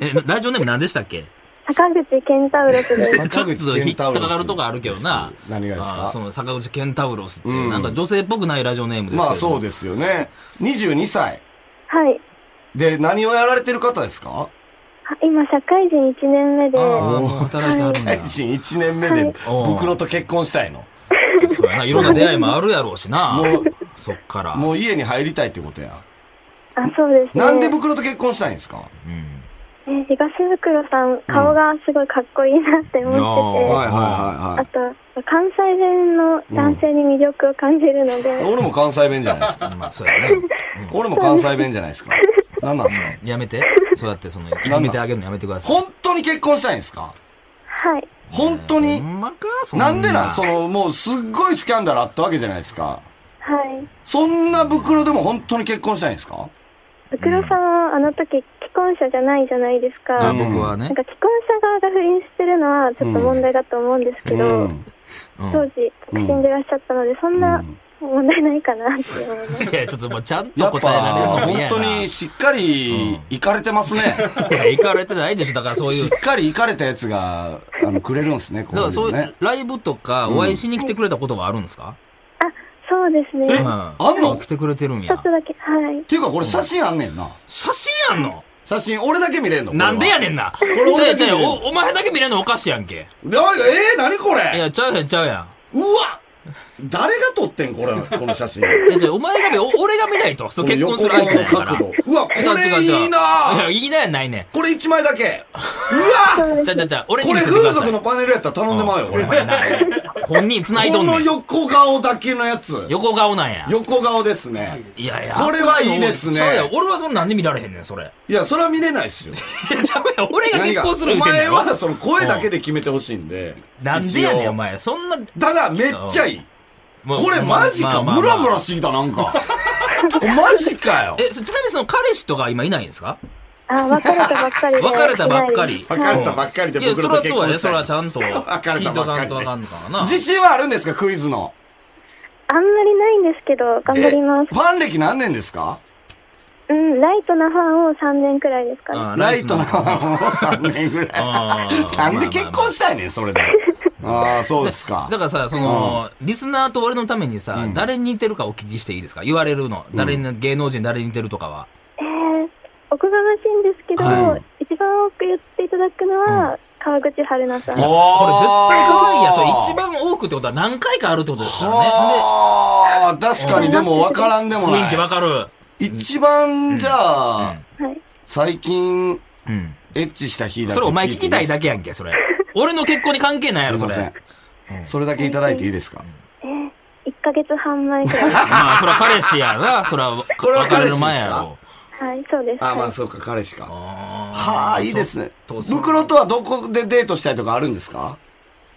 Speaker 2: えラジオネーム何でしたっけ
Speaker 4: 坂口ケンタウロスです。
Speaker 2: ちょっと引っかかるとこあるけどな。
Speaker 3: 何がです
Speaker 2: あそ
Speaker 3: か
Speaker 2: の坂口健太郎って、なんか女性っぽくないラジオネームですけど。
Speaker 3: まあそうですよね。22歳。
Speaker 4: はい。
Speaker 3: で、何をやられてる方ですか
Speaker 4: あ今、社会人1年目で、
Speaker 2: あ
Speaker 4: は
Speaker 2: あ、もう働いてあるん
Speaker 3: 大
Speaker 2: だ。
Speaker 3: 臣1年目で
Speaker 2: はい
Speaker 3: 袋と結婚したいの。
Speaker 2: そうやな。いろんな出会いもあるやろうしな。
Speaker 3: もう
Speaker 2: そっから。
Speaker 3: もう家に入りたいってことや。
Speaker 4: あ、そうです ね。
Speaker 3: なんで袋と結婚したいんですか
Speaker 2: うん。
Speaker 4: え東袋さん、顔がすごいかっこいいなって思
Speaker 2: いやー
Speaker 4: ってて、
Speaker 3: はいはいはいは
Speaker 4: あと、関西弁の男性に魅力を感じるので、
Speaker 3: い。俺も関西弁じゃないです か。
Speaker 2: まあ、そうやね。
Speaker 3: 俺も関西弁じゃないですか。何なんですか
Speaker 2: やめて。そうやって、その、いじめてあげるのやめてください。
Speaker 3: 本当に結婚したいんですか
Speaker 4: はい。
Speaker 3: 本当に
Speaker 2: ほんまかそん
Speaker 3: なんでなんその、もうすっごいスキャンダルあったわけじゃないですか。
Speaker 4: はい。
Speaker 3: そんな袋でも本当に結婚したいんですか
Speaker 4: 袋さんはあの時、既婚者じゃないじゃないですか。
Speaker 2: あ
Speaker 4: なんか
Speaker 2: 僕はね。
Speaker 4: 既婚者側が不倫してるのはちょっと問題だと思うんですけ
Speaker 3: う
Speaker 4: ど、
Speaker 3: ん。
Speaker 2: うん
Speaker 4: 当時、独身でいらっしゃったので、そんな問題ないかなって思います。
Speaker 2: いや、ちょっともうちゃん
Speaker 3: や
Speaker 2: と
Speaker 3: っぱ、
Speaker 2: 答えられるのも嫌
Speaker 3: 本
Speaker 2: やな
Speaker 3: 当にしっかり、いかれて ますね。
Speaker 2: いや、行かれてないでしょ。だからそうい
Speaker 3: し
Speaker 2: う
Speaker 3: っ。かりいかれたやつが、あの、くれるんですね、こ
Speaker 2: だか
Speaker 3: うい
Speaker 2: らそう
Speaker 3: う
Speaker 2: いう
Speaker 3: ね。
Speaker 2: ライブとかお会いしに来てくれたことはあるんですか、
Speaker 4: あ、そうですね。
Speaker 3: え
Speaker 2: うん、
Speaker 3: あんの
Speaker 2: 来てくれてるん
Speaker 4: ちょ
Speaker 2: や
Speaker 4: っと。だけ、はい
Speaker 3: っ。ていうか、これ写真あんねんな。
Speaker 2: 写真やんの
Speaker 3: 写真、俺だけ見れんの
Speaker 2: なんでや
Speaker 3: ね
Speaker 2: ねんな。
Speaker 3: 俺
Speaker 2: ちゃうやんちゃうやんお
Speaker 3: 俺だけ見れる
Speaker 2: お前だけ見れんのおかしいやんけ。
Speaker 3: ん。だえー、何こ
Speaker 2: い
Speaker 3: れ
Speaker 2: や、ちゃうやんちゃうやん。
Speaker 3: うわ誰が撮ってん、これ、この写真。
Speaker 2: いや、じゃあお前が見、お俺が見ないと。そう 結婚する相手
Speaker 3: この
Speaker 2: だ
Speaker 3: 横
Speaker 2: か
Speaker 3: の
Speaker 2: ら。
Speaker 3: 角度。うわ、こ
Speaker 2: 違う違う
Speaker 3: れ
Speaker 2: 違う
Speaker 3: いいなぁ
Speaker 2: いや、いいなやないね
Speaker 3: これ一枚 だけ。うわ
Speaker 2: ん。ちゃうちゃうちゃう、俺に
Speaker 3: こ
Speaker 2: 見
Speaker 3: れ
Speaker 2: せてく
Speaker 3: 風
Speaker 2: ださい。
Speaker 3: 俗のパネルやったら頼んでまうよ、これ。
Speaker 2: お前な本人繋いど
Speaker 3: こ
Speaker 2: ん
Speaker 3: の
Speaker 2: ねん。
Speaker 3: 横顔だけのやつ。
Speaker 2: 横顔なんや。
Speaker 3: 横顔ですね。
Speaker 2: いやいや。
Speaker 3: これはいいですね
Speaker 2: ちゃうやん俺はそんなんで見られへんねん、それ。
Speaker 3: いや、それは見れないっすよ。
Speaker 2: いや、ちゃうやん 俺が
Speaker 3: 何
Speaker 2: 結
Speaker 3: が
Speaker 2: 婚する
Speaker 3: お
Speaker 2: 言うてんね
Speaker 3: 前
Speaker 2: ん
Speaker 3: はその声だけで決めてほしいんで。
Speaker 2: なんでやねん、お
Speaker 3: 一応。
Speaker 2: 前。そんな、
Speaker 3: ただ、めっちゃいい。
Speaker 2: もう
Speaker 3: これマジか。ムラムラしてきた、なんか。これマジかよ。
Speaker 2: え、そちなみにその彼氏とか今いないんですか
Speaker 4: あ、別れたばっかり で。
Speaker 2: 別れたばっかり。
Speaker 3: 別れたばっかりで
Speaker 2: いや、そ
Speaker 3: 僕
Speaker 2: れ
Speaker 3: ら
Speaker 2: はそ
Speaker 3: と結
Speaker 2: うや
Speaker 3: 婚
Speaker 2: ね。
Speaker 3: し
Speaker 2: それ
Speaker 3: た
Speaker 2: はいちゃんと、
Speaker 3: 別れ
Speaker 2: 聞い
Speaker 3: た
Speaker 2: と
Speaker 3: ばっ
Speaker 2: かん
Speaker 3: かり
Speaker 2: と
Speaker 3: で
Speaker 2: わかんのかな。
Speaker 3: 自信はあるんですか、クイズの。
Speaker 4: あんまりないんですけど、頑張ります
Speaker 3: え。ファン歴何年ですか
Speaker 4: うん、ライトなファンを3年くらいですかね。
Speaker 2: あ
Speaker 3: ライトなファンを3年ぐら
Speaker 2: あー
Speaker 3: い。なんで結婚したいねん、それで。ああ、そうです か
Speaker 2: だ。からさ、その、リスナーと俺のためにさ、誰に似てるかお聞きしていいですか言われるの。誰に、芸能人誰に似てるとかは。
Speaker 4: えー、おこがましいんですけど、
Speaker 3: はい
Speaker 4: 一番多く言っていただくのは、川口春奈さん。
Speaker 2: こ
Speaker 4: は
Speaker 2: れ絶対可愛いやん。それ一番多くってことは何回かあるってことですからね。
Speaker 3: ああ、確かにでも分からんで
Speaker 2: で、
Speaker 3: も
Speaker 2: 雰囲気わ
Speaker 3: ない。
Speaker 2: かる。
Speaker 3: 一番、じゃあ、
Speaker 4: い。
Speaker 3: 最近、
Speaker 2: うん。
Speaker 3: エッチした日だけ
Speaker 2: それお前聞きたいだ
Speaker 3: け。
Speaker 2: けやんけ、それ。俺の結婚に関係ないや
Speaker 3: す
Speaker 2: ろ、
Speaker 3: い
Speaker 2: そ
Speaker 3: ま
Speaker 2: れ。
Speaker 3: せん。それだけいただいていいですか
Speaker 4: 1ヶ月半前くらいです。
Speaker 2: まあ、それは彼氏やな。それは、
Speaker 3: これは
Speaker 2: 別れ
Speaker 3: 彼氏ですか
Speaker 2: る前やろ。
Speaker 4: はい、そうです。
Speaker 3: あーま
Speaker 4: は
Speaker 3: あ
Speaker 4: い
Speaker 3: そうか、彼氏か。は
Speaker 2: は
Speaker 3: あ、いいですね。
Speaker 2: ちょっとそう
Speaker 3: 袋とはどこでデートしたいとかあるんですか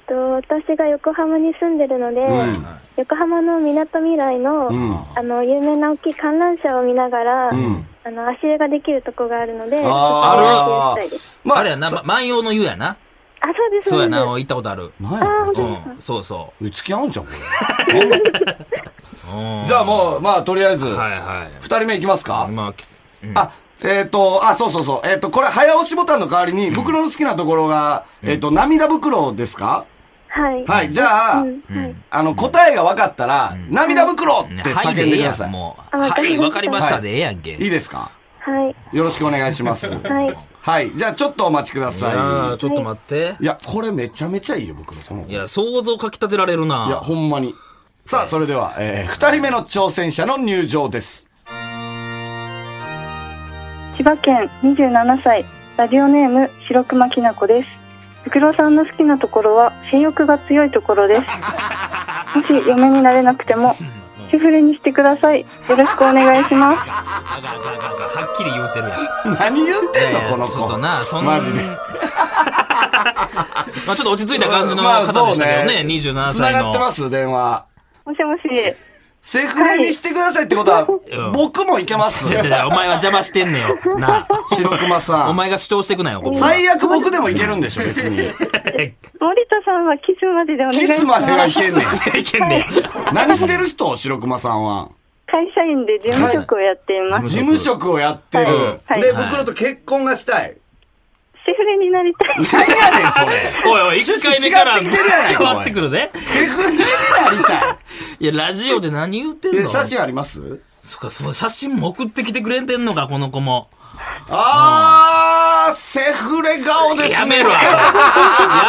Speaker 4: と私が横浜に住んでるので、
Speaker 3: ん
Speaker 4: 横浜のみなとみらいの、
Speaker 3: うん
Speaker 4: あの、有名な大きい観覧車を見ながら、
Speaker 3: ん
Speaker 4: あの、足湯ができるとこがあるので、そこで
Speaker 3: あー
Speaker 4: 足湯したいです。
Speaker 3: ま
Speaker 2: あれやな、
Speaker 3: さ
Speaker 2: ま万葉の湯やな。
Speaker 4: あ、そうです、
Speaker 2: そうやな、
Speaker 4: です
Speaker 2: 行ったことある。
Speaker 3: なんやこ
Speaker 2: うん、そうそ
Speaker 3: れ付き合うんじゃん、こ
Speaker 2: う。うん
Speaker 3: れ。 じゃあもう、まあとりあえず、
Speaker 2: はい
Speaker 3: 二
Speaker 2: はい。
Speaker 3: 人目いきますか
Speaker 2: まあ、
Speaker 3: あ、えっ、と、あ、そうそうそう。えっ、と、これ、早押しボタンの代わりに、袋の好きなところが、えっ、と、涙袋ですか、
Speaker 4: はい。
Speaker 3: はい、じゃあ、
Speaker 4: うんはい
Speaker 3: あの、答えが分かったら、涙袋って
Speaker 2: は
Speaker 3: 叫
Speaker 2: い
Speaker 3: ん
Speaker 2: で
Speaker 3: で
Speaker 2: ええ
Speaker 3: く
Speaker 2: やん、
Speaker 3: ださい。
Speaker 2: もう。
Speaker 4: あわ
Speaker 2: は
Speaker 4: かり
Speaker 2: い、
Speaker 4: ました
Speaker 2: わかりましたで
Speaker 3: は
Speaker 2: ええやんけ。
Speaker 3: いい
Speaker 2: い
Speaker 3: ですか
Speaker 4: はい。
Speaker 3: よろしくお願いします。
Speaker 4: はい。
Speaker 3: はい、じゃあ、ちょっとお待ちくだ
Speaker 2: や
Speaker 3: さ
Speaker 2: ーちょっと待って
Speaker 3: い。。いや、これめちゃめちゃいいよ、僕のこの子。
Speaker 2: い
Speaker 3: い
Speaker 2: や、想像かきたてられるな。
Speaker 3: や、ほんまに。さあ、それでは、えー、二人目の挑戦者の入場です。
Speaker 5: 千葉県27歳ラジオネーム白熊きなこです袋さんの好きな ところは性欲が強いところですもし嫁になれなくてもシュフルにしてください。よろしくお願いします。
Speaker 2: あがあがあがあが、はっきり言うてるやん。
Speaker 3: 何言ってんの、
Speaker 2: いやいや
Speaker 3: この子。
Speaker 2: ちょっとな、そんな。
Speaker 3: マジで。
Speaker 2: まあちょっと落ち着いた感じの方でしたけどね、27
Speaker 3: 繋
Speaker 2: 歳
Speaker 3: が
Speaker 2: の。
Speaker 3: ってます、電話。
Speaker 5: もしもし。
Speaker 3: セフレにしてくださいってことは、
Speaker 2: ん
Speaker 3: 僕もいけます。
Speaker 2: いやいやお前は邪魔してんねよ。なあ。
Speaker 3: 白熊さん
Speaker 2: お前が主張してくなよ、ここは。
Speaker 3: 最悪僕でもいけるんでしょ、別に。
Speaker 5: 森田さんはキスまででお願いし
Speaker 3: キ
Speaker 5: ます。
Speaker 3: スまではいけんね
Speaker 2: い
Speaker 3: ん。
Speaker 2: けんね
Speaker 3: 何してる人白熊さんは。
Speaker 5: 会社員で事務職をやっています。
Speaker 3: 事務職をやってる。
Speaker 5: はい
Speaker 3: で、
Speaker 5: はい
Speaker 3: 袋と結婚がしたい。
Speaker 5: シェフレになりたい。
Speaker 3: 何やねん、それ。
Speaker 2: おいおい、一回目から
Speaker 3: 趣旨違ってきてるやない
Speaker 2: 変
Speaker 3: かおい
Speaker 2: わってくるね。
Speaker 3: セフレになりた
Speaker 2: いや、ラジオで何言って
Speaker 3: い。
Speaker 2: ん
Speaker 3: で、
Speaker 2: の
Speaker 3: 写真あります
Speaker 2: そっか、その写真も送ってきてくれてんのか、この子も。
Speaker 3: あー、セフレ顔ですね。
Speaker 2: やめろや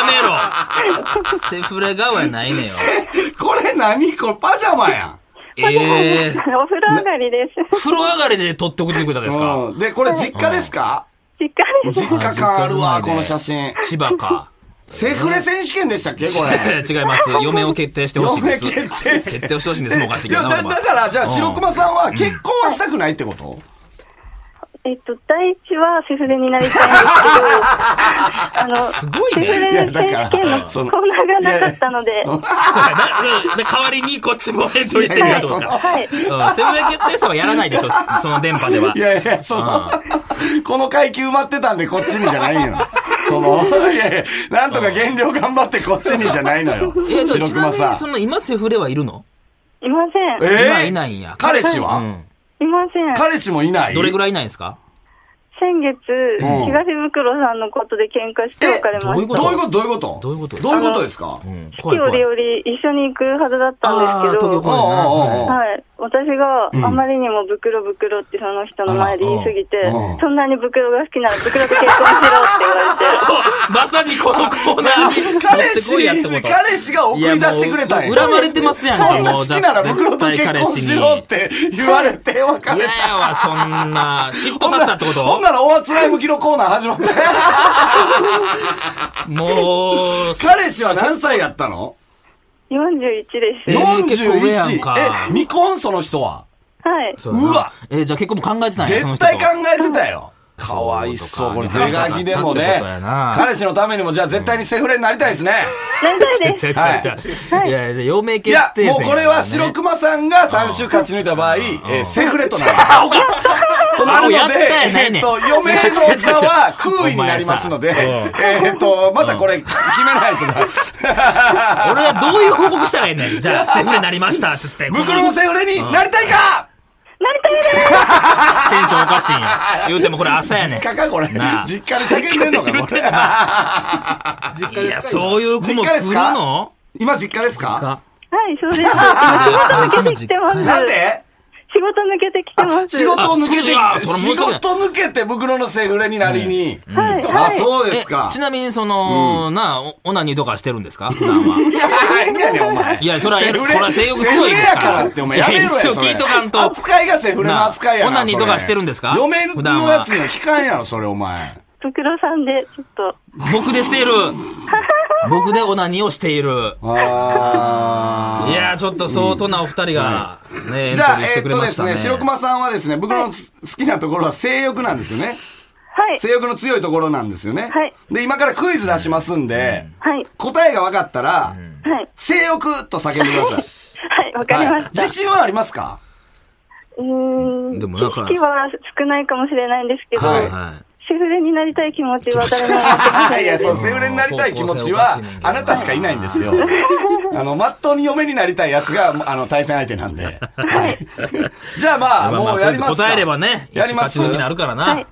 Speaker 2: めろセフレ顔やないねよ。
Speaker 3: これ何これパジャマやん。
Speaker 2: ええー。
Speaker 5: お風呂上がりです。
Speaker 2: 風呂上がりで撮って送ってくれたんですか
Speaker 3: うん。で、これ実家ですか
Speaker 5: 実家です。
Speaker 3: 実家感ある
Speaker 2: あ実家住ま
Speaker 3: わ、
Speaker 2: いで
Speaker 3: この写真。
Speaker 2: 千葉か。
Speaker 3: セフレ選手権でしたっけこれ。
Speaker 2: 違います。嫁を決定してほしいです。
Speaker 3: 嫁決定
Speaker 2: 決定してほしいんです。もうおかしい
Speaker 3: い
Speaker 2: けど
Speaker 3: や、
Speaker 2: な。
Speaker 3: だ
Speaker 2: 俺
Speaker 3: だ
Speaker 2: は
Speaker 3: から、じゃあ、
Speaker 2: うん
Speaker 3: 白熊さんは結婚はしたくないってこと
Speaker 5: えっと、第一はシェフレになりたいんですけど、あの、
Speaker 2: すごい
Speaker 5: シェフ
Speaker 2: ね。
Speaker 5: レ選
Speaker 3: いやだ
Speaker 5: 手
Speaker 3: か
Speaker 5: 権
Speaker 3: ら
Speaker 5: のコ
Speaker 3: そ
Speaker 5: ー
Speaker 3: の
Speaker 5: ナーがなかったので、
Speaker 2: そうやな。で、代わりにこっちもエントリーしてみようと思った。
Speaker 5: はい。
Speaker 2: うん、セブレ決定したはやらないでしょ、その電波では。
Speaker 3: いやいや、その、この階級埋まってたんでこっちにじゃないよ。その、いやいや、なんとか減量頑張ってこっちにじゃないの
Speaker 2: え
Speaker 3: よ
Speaker 2: ー、。ちょ
Speaker 3: 白
Speaker 2: ちな
Speaker 3: 熊
Speaker 2: みに、
Speaker 3: さ
Speaker 2: そ
Speaker 3: ん。
Speaker 2: の、今セフレはいるの
Speaker 5: いません。
Speaker 3: えー
Speaker 2: 今いないんや。
Speaker 3: 彼氏
Speaker 2: う
Speaker 3: は
Speaker 2: ん。
Speaker 5: いません。
Speaker 3: 彼氏もいない
Speaker 2: どれぐら
Speaker 3: らい
Speaker 2: いいないんですか
Speaker 5: 先月、
Speaker 3: うん
Speaker 5: 東袋さんのことで喧嘩して別れま
Speaker 2: えどういう
Speaker 5: し
Speaker 2: こ
Speaker 5: た。
Speaker 3: どういうことどういうこと
Speaker 2: どういうこと
Speaker 3: どういうことですか
Speaker 2: うん、怖
Speaker 5: 四季
Speaker 2: い怖
Speaker 5: 折
Speaker 2: い。
Speaker 5: より一緒に行くはずだったんですけ
Speaker 2: あー東京
Speaker 5: ど、
Speaker 2: 公園な
Speaker 3: おうおうおう
Speaker 5: はい。私があまりにも袋袋ってその人の前で言い過ぎて
Speaker 3: あらうんうん、
Speaker 5: そんなに袋が好きなら袋と結婚しろって言われて、
Speaker 2: まさにこのコーナーに持っ
Speaker 3: 彼
Speaker 2: てこいやってこ
Speaker 3: 氏、
Speaker 2: と。
Speaker 3: 彼氏が送り出してくれたん
Speaker 2: いやもう
Speaker 3: や。
Speaker 2: 恨まれてますやん
Speaker 3: そ
Speaker 2: か、
Speaker 3: んな
Speaker 2: もう。
Speaker 3: 好きなら袋と結婚しろっ
Speaker 2: 絶対
Speaker 3: て言わ れて
Speaker 2: 彼
Speaker 3: 別
Speaker 2: 氏に。
Speaker 3: れ
Speaker 2: 嫌
Speaker 3: た。
Speaker 2: やわ、そんな。嫉妬
Speaker 3: ほん
Speaker 2: さ
Speaker 3: な
Speaker 2: せ
Speaker 3: ら
Speaker 2: たってこ
Speaker 3: ほ
Speaker 2: と
Speaker 3: んなら、おあつらい向きのコーナー始 まったよ。
Speaker 2: もう、
Speaker 3: 彼氏は何歳やったの
Speaker 5: 41です。
Speaker 2: えー結構上や
Speaker 3: ?41
Speaker 2: んか。
Speaker 3: え、未婚その人は
Speaker 5: はい。
Speaker 2: そうやな
Speaker 3: うわ
Speaker 2: えーじゃあ結構もう考えてたんや、その
Speaker 3: 絶
Speaker 2: 人と
Speaker 3: 対考えてたよ。かわいそう。これ、
Speaker 2: そういうこと
Speaker 3: ゼ
Speaker 2: か
Speaker 3: ガキでも
Speaker 2: なんて
Speaker 3: ね
Speaker 2: ことやな。
Speaker 3: 彼氏のためにも、じゃあ絶対にセフレになりたいですね。
Speaker 5: なりたいで
Speaker 2: ち
Speaker 5: す。
Speaker 2: ゃうちゃうちゃういやいや、陽明
Speaker 3: い
Speaker 2: 決
Speaker 3: や
Speaker 2: 定、戦や
Speaker 3: も
Speaker 2: からね
Speaker 3: うこれは白熊さんが3週勝ち抜いた場合、えーセフ レとなる。 となる
Speaker 2: や
Speaker 3: の
Speaker 2: った
Speaker 3: で、
Speaker 2: やない
Speaker 3: え
Speaker 2: ね
Speaker 3: っ
Speaker 2: ん
Speaker 3: と、嫁の座は空位になりますので、
Speaker 2: お前さ
Speaker 3: えっと、またこれ決めない とな。
Speaker 2: 俺はどういう報告したらええねん。じゃあ、 セフレになりましたって言って。
Speaker 3: 袋のセフレになりたいか
Speaker 5: なりたいです
Speaker 2: テンションおかしいんや。 言うてもこれ朝やねん。
Speaker 3: 実家かこれ
Speaker 2: なあ。
Speaker 3: 実家で叫んでんのか、 これ。
Speaker 2: いや、そういう子も
Speaker 3: 実家
Speaker 2: 来
Speaker 3: です
Speaker 2: る
Speaker 3: か
Speaker 2: の
Speaker 3: 今実家ですか
Speaker 2: か。
Speaker 5: はい、そうです。今仕事抜けてきてます。
Speaker 3: な んで
Speaker 5: 仕事抜けてきてます。
Speaker 3: 仕事を抜けて
Speaker 2: あそういやそれ、申
Speaker 3: 仕
Speaker 2: し訳ない
Speaker 3: 事抜けて袋のセフレになりに。
Speaker 5: はい、
Speaker 3: あ、
Speaker 5: はい。
Speaker 3: そうで
Speaker 2: え
Speaker 3: すか、。
Speaker 2: ちなみに、その、なあ、おオナニーとかしてるんですか普段は。
Speaker 3: 何やねん、お前。
Speaker 2: いや、それは、
Speaker 3: セ
Speaker 2: こ
Speaker 3: フ
Speaker 2: れ
Speaker 3: レ
Speaker 2: は性欲強いで
Speaker 3: セフレ
Speaker 2: す
Speaker 3: や
Speaker 2: か
Speaker 3: から
Speaker 2: ら。
Speaker 3: って、お前やめろよ。
Speaker 2: いや一
Speaker 3: そ
Speaker 2: 生聞
Speaker 3: れ
Speaker 2: いとかんと。
Speaker 3: 扱いがセフレの扱いやな。
Speaker 2: なオナニー
Speaker 3: それ
Speaker 2: とかしてるんですか
Speaker 3: 嫁
Speaker 2: 普段
Speaker 3: の
Speaker 2: は
Speaker 3: やつには聞かんやろ、それ、お前。
Speaker 5: 袋さんで、ちょっと。
Speaker 2: 僕でしている。僕でオナニーをしている。
Speaker 3: あー
Speaker 2: いやー、ちょっと相当なお二人が、ね、エン
Speaker 3: じ
Speaker 2: ト
Speaker 3: ゃあ、
Speaker 2: リーし
Speaker 3: え
Speaker 2: て
Speaker 3: っ
Speaker 2: くれ
Speaker 3: と
Speaker 2: ま
Speaker 3: で
Speaker 2: し
Speaker 3: す
Speaker 2: たね。
Speaker 3: ね、白熊さんはですね、僕のす好きなところは性欲なんですよね。
Speaker 5: はい。
Speaker 3: 性欲の強いところなんですよね。
Speaker 5: はい
Speaker 3: で、今からクイズ出しますんで、
Speaker 5: はい。
Speaker 3: 答えが分かったら、
Speaker 5: はい。
Speaker 3: 性欲と叫んでくださ
Speaker 5: はい、わかり
Speaker 3: い。は
Speaker 5: ま
Speaker 3: い
Speaker 5: し、た。
Speaker 3: 自信はありますか
Speaker 5: うーん。
Speaker 2: でもなんか
Speaker 5: 知識は少ないかもしれないんですけど、
Speaker 3: はい
Speaker 2: は
Speaker 5: シェフレになりたい気持ちは誰も持ってません
Speaker 3: いや、そう、
Speaker 2: ん
Speaker 3: セフレになりたい気持ち
Speaker 2: 高校生おかし
Speaker 3: はい
Speaker 2: ねん、けど
Speaker 3: あなたしかいないんです よ。あの、まっとうに嫁になりたいやつが、あの、対戦相手なんで。 はい。じゃあま
Speaker 2: い。
Speaker 3: あ、
Speaker 2: まあまあ
Speaker 3: もうやりますか。
Speaker 2: 答えればね、
Speaker 3: やります
Speaker 2: 一緒に勝ち抜きになるから
Speaker 5: は。
Speaker 2: ないはい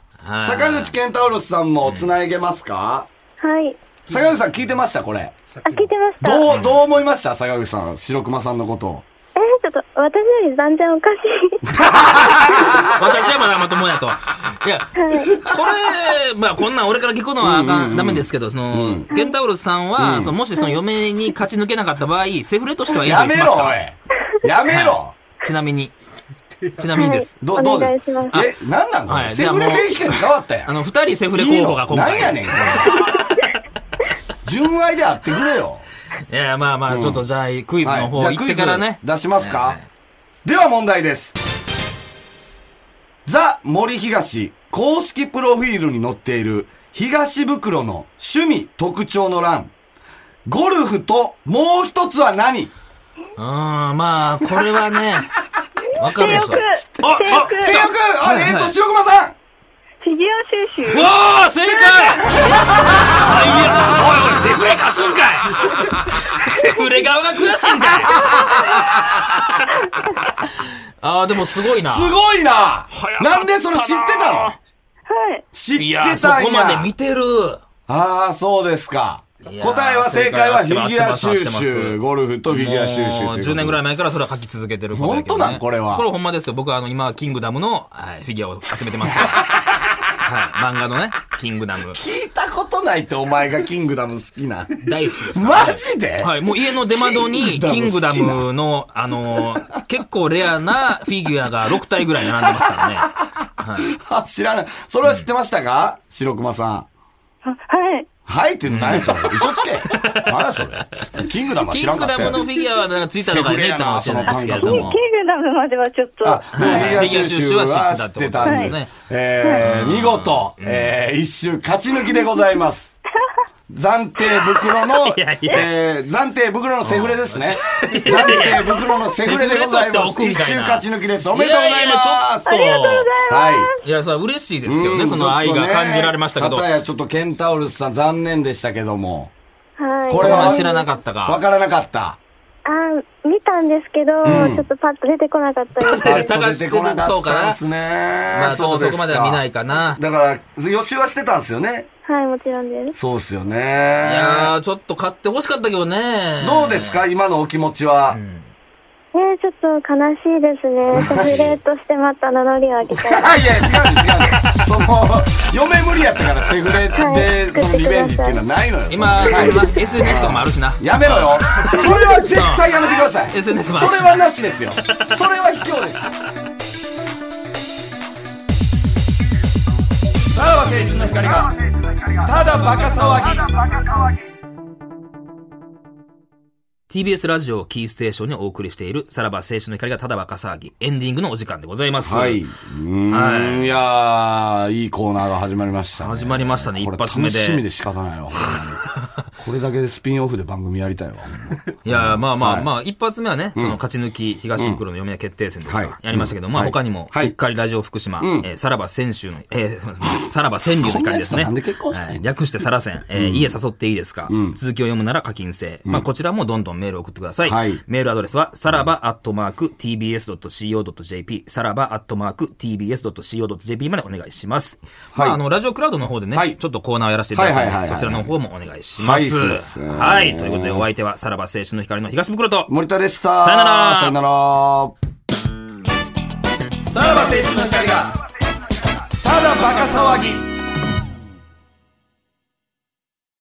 Speaker 3: 坂口健太郎さんも繋いげますか
Speaker 5: はい。
Speaker 3: 坂口さん聞いてましたこれ。
Speaker 4: あ、聞いてました。
Speaker 3: どう、どう思いました坂口さん、白熊さんのことを。
Speaker 4: えー、ちょっと、私より断然おかしい。
Speaker 2: 私はまだまともやと。いや、これ、まあこんなん俺から聞くのはあかんダメですけど、その、ケンタウロスさんは、そのもしその嫁に勝ち抜けなかった場合、セフレとしてはエント
Speaker 3: や
Speaker 2: リー
Speaker 3: め
Speaker 2: します
Speaker 3: ろ、
Speaker 2: か
Speaker 3: おい。やめろ。
Speaker 2: ちなみに。ちなみにです。
Speaker 3: どう、どうです
Speaker 4: お願いし
Speaker 3: え、なんなんこ
Speaker 2: は
Speaker 3: れ
Speaker 2: い
Speaker 3: セフレ選手権に変わったや
Speaker 2: あ
Speaker 3: ん。
Speaker 2: の、二人セフレ
Speaker 3: いい
Speaker 2: 候補
Speaker 3: の
Speaker 2: が今
Speaker 3: なん
Speaker 2: 回。
Speaker 3: やねん、こ れ純愛であってくれよ。
Speaker 2: いや、まあまあ、ちょっとじゃあ、クイズの方
Speaker 3: はい
Speaker 2: 行ってからね。
Speaker 3: じゃあクイズ出しますか、
Speaker 2: はいはい
Speaker 3: では問題です。ザ・森東公式プロフィールに載っている東袋の趣味特徴の欄。ゴルフともう一つは何
Speaker 2: あー、まあ、これはね、わかるでしょ。
Speaker 5: 性欲
Speaker 3: 性欲あ、えーっと、白熊さん
Speaker 5: フィギュア収集
Speaker 2: うわー正解最悪おいおい、セフレ勝つんかいセフレ側が悔しいんかいあー、でもすごいな。
Speaker 3: すごいな
Speaker 2: 早かったな
Speaker 3: なんでそれ知ってたの
Speaker 5: はい
Speaker 3: 知っ
Speaker 2: い
Speaker 3: て
Speaker 2: や、そ
Speaker 3: たん
Speaker 2: こまで
Speaker 3: や。
Speaker 2: 見てる。
Speaker 3: ああ、そうですか。
Speaker 2: いや
Speaker 3: 答えは正解はフィギュ
Speaker 2: 正解合ってま
Speaker 3: ア収
Speaker 2: す合ってま
Speaker 3: 集。
Speaker 2: す
Speaker 3: ゴルフとフィギュア収集
Speaker 2: もう
Speaker 3: ということで。
Speaker 2: 10年ぐらい前からそれは書き続けてることやけど、ね。
Speaker 3: 本当なんこれは
Speaker 2: これほんまですよ。僕はあの、今、キングダムの、はい、フィギュアを集めてますから。はい、漫画のね、キングダム。
Speaker 3: 聞いたことないってお前がキングダム好きな。
Speaker 2: 大好きですから、
Speaker 3: マジで
Speaker 2: はい、もう家の出窓に、
Speaker 3: キ
Speaker 2: キ
Speaker 3: ン
Speaker 2: ン
Speaker 3: グ
Speaker 2: グ
Speaker 3: ダ
Speaker 2: ダ
Speaker 3: ム
Speaker 2: ムの、あのー結構レアなフィギュアが6体ぐらい並んでますからね。
Speaker 3: あ 知らない。それは知ってましたか、白熊さん。
Speaker 5: あはい
Speaker 3: はいって何それ嘘つけ何やそれキングダムは知
Speaker 2: キ
Speaker 3: ら
Speaker 2: ン
Speaker 3: んか
Speaker 2: グ
Speaker 3: った
Speaker 2: ダム
Speaker 3: よ
Speaker 2: のフィギュアはなんかツイッターとかで出たかもしれないですけれ
Speaker 5: キン
Speaker 2: ど
Speaker 5: キン
Speaker 2: も。
Speaker 5: グダムまではちょっと
Speaker 3: あ、フ
Speaker 2: い
Speaker 3: ィギュア収集は知ってたんです
Speaker 2: はい
Speaker 3: ね。えー、見事、えー、一周勝ち抜きでございます。暫定袋
Speaker 2: い
Speaker 3: の、
Speaker 2: やいや
Speaker 3: えー、暫定袋のセフレですね。暫定袋のセフレでござい
Speaker 2: セフレとして
Speaker 3: ま
Speaker 2: 置
Speaker 3: す。
Speaker 2: くんかいな
Speaker 3: 一周勝ち抜きです。おめでとうござい
Speaker 2: やや
Speaker 3: ます。
Speaker 2: ちょっと。
Speaker 3: はい。
Speaker 2: いや、それは嬉しいですけど
Speaker 3: う
Speaker 2: ね、
Speaker 3: ん
Speaker 2: その愛が感じられましたけ
Speaker 3: ち
Speaker 2: ど。
Speaker 3: ょっとねたやちょっとケンタウルスさん残念でしたけども。
Speaker 4: はい。
Speaker 3: こ
Speaker 2: そ
Speaker 3: れ
Speaker 2: れ
Speaker 3: は
Speaker 2: は知らなかった
Speaker 3: わ
Speaker 2: か。
Speaker 3: からな かった。
Speaker 4: あー見たんですけど、
Speaker 3: うん
Speaker 4: ちょっとパッと出てこなかったです。
Speaker 2: パッ
Speaker 3: パッと出こなかったんすね。
Speaker 2: まあ、ちょっとそこまでは見ない
Speaker 3: か。
Speaker 2: かな。
Speaker 3: だから、予習はしてたんですよね。
Speaker 4: はい、もちろんです。
Speaker 3: そうっすよね。
Speaker 2: いやー、ちょっと買って欲しかったけどね。
Speaker 3: どうですか今のお気持ちは。
Speaker 4: えー、ちょっと悲しいですね。セフレとしてまた名乗りを上げたい。
Speaker 3: あ いや、違うんです、違うんです。その、嫁無理やったから、セフレで、
Speaker 4: はい
Speaker 3: そのリベンジっていうのはないのよ。
Speaker 2: 今、
Speaker 3: そ
Speaker 2: そ
Speaker 3: の
Speaker 2: んな SNS とかもあるしな。
Speaker 3: やめろ よ。それは絶対やめてください。
Speaker 2: SNS もあ
Speaker 3: そ
Speaker 2: る
Speaker 3: れ
Speaker 2: し
Speaker 3: はなしですよ。それは卑怯です。さらば青春の光が、ただバカ騒ぎ。
Speaker 2: TBS ラジオをキーステーションにお送りしている、さらば青春の光がただ若騒ぎ、エンディングのお時間でございます。
Speaker 3: はい。うーん、いやー、いいコーナーが始まりましたね。
Speaker 2: 始まりましたね
Speaker 3: これ
Speaker 2: 一発目で
Speaker 3: 楽しみで仕方ないわ、 ほんまにこれだけでスピンオフで番組やりたいわ。ほんま
Speaker 2: いやー、まあまあ、
Speaker 3: はい
Speaker 2: まあ、一発目はね、その勝ち抜き東袋の読み屋決定戦ですか、
Speaker 3: うんはい
Speaker 2: やりましたけど、まあ
Speaker 3: はい
Speaker 2: 他にも、
Speaker 3: はいう
Speaker 2: っかりラジオ福島、えーさらば川柳の、えー、 さらば川柳の光です
Speaker 3: こんなやつと
Speaker 2: ね。
Speaker 3: なんで結婚したんや
Speaker 2: はい略してさらせん、えー家誘っていいですか、続きを読むなら課金制。まあこちらもどんどんメールを送ってください。
Speaker 3: はい
Speaker 2: メールアドレスは、さらばアットマーク tbs.co.jp、さらばアットマーク tbs.co.jp までお願いします。
Speaker 3: はい
Speaker 2: まああの、ラジオクラウドの方でね、
Speaker 3: はい
Speaker 2: ちょっとコーナーをやらせていただいて、
Speaker 3: はいはいはいはい
Speaker 2: そちらの方もお願いします。
Speaker 3: はいそうです
Speaker 2: はいということで、お相手はさらば青春の光の東袋と、
Speaker 3: 森田でした。
Speaker 2: さよなら
Speaker 3: さよなら。さらば青春の光が、ただバカ騒ぎ。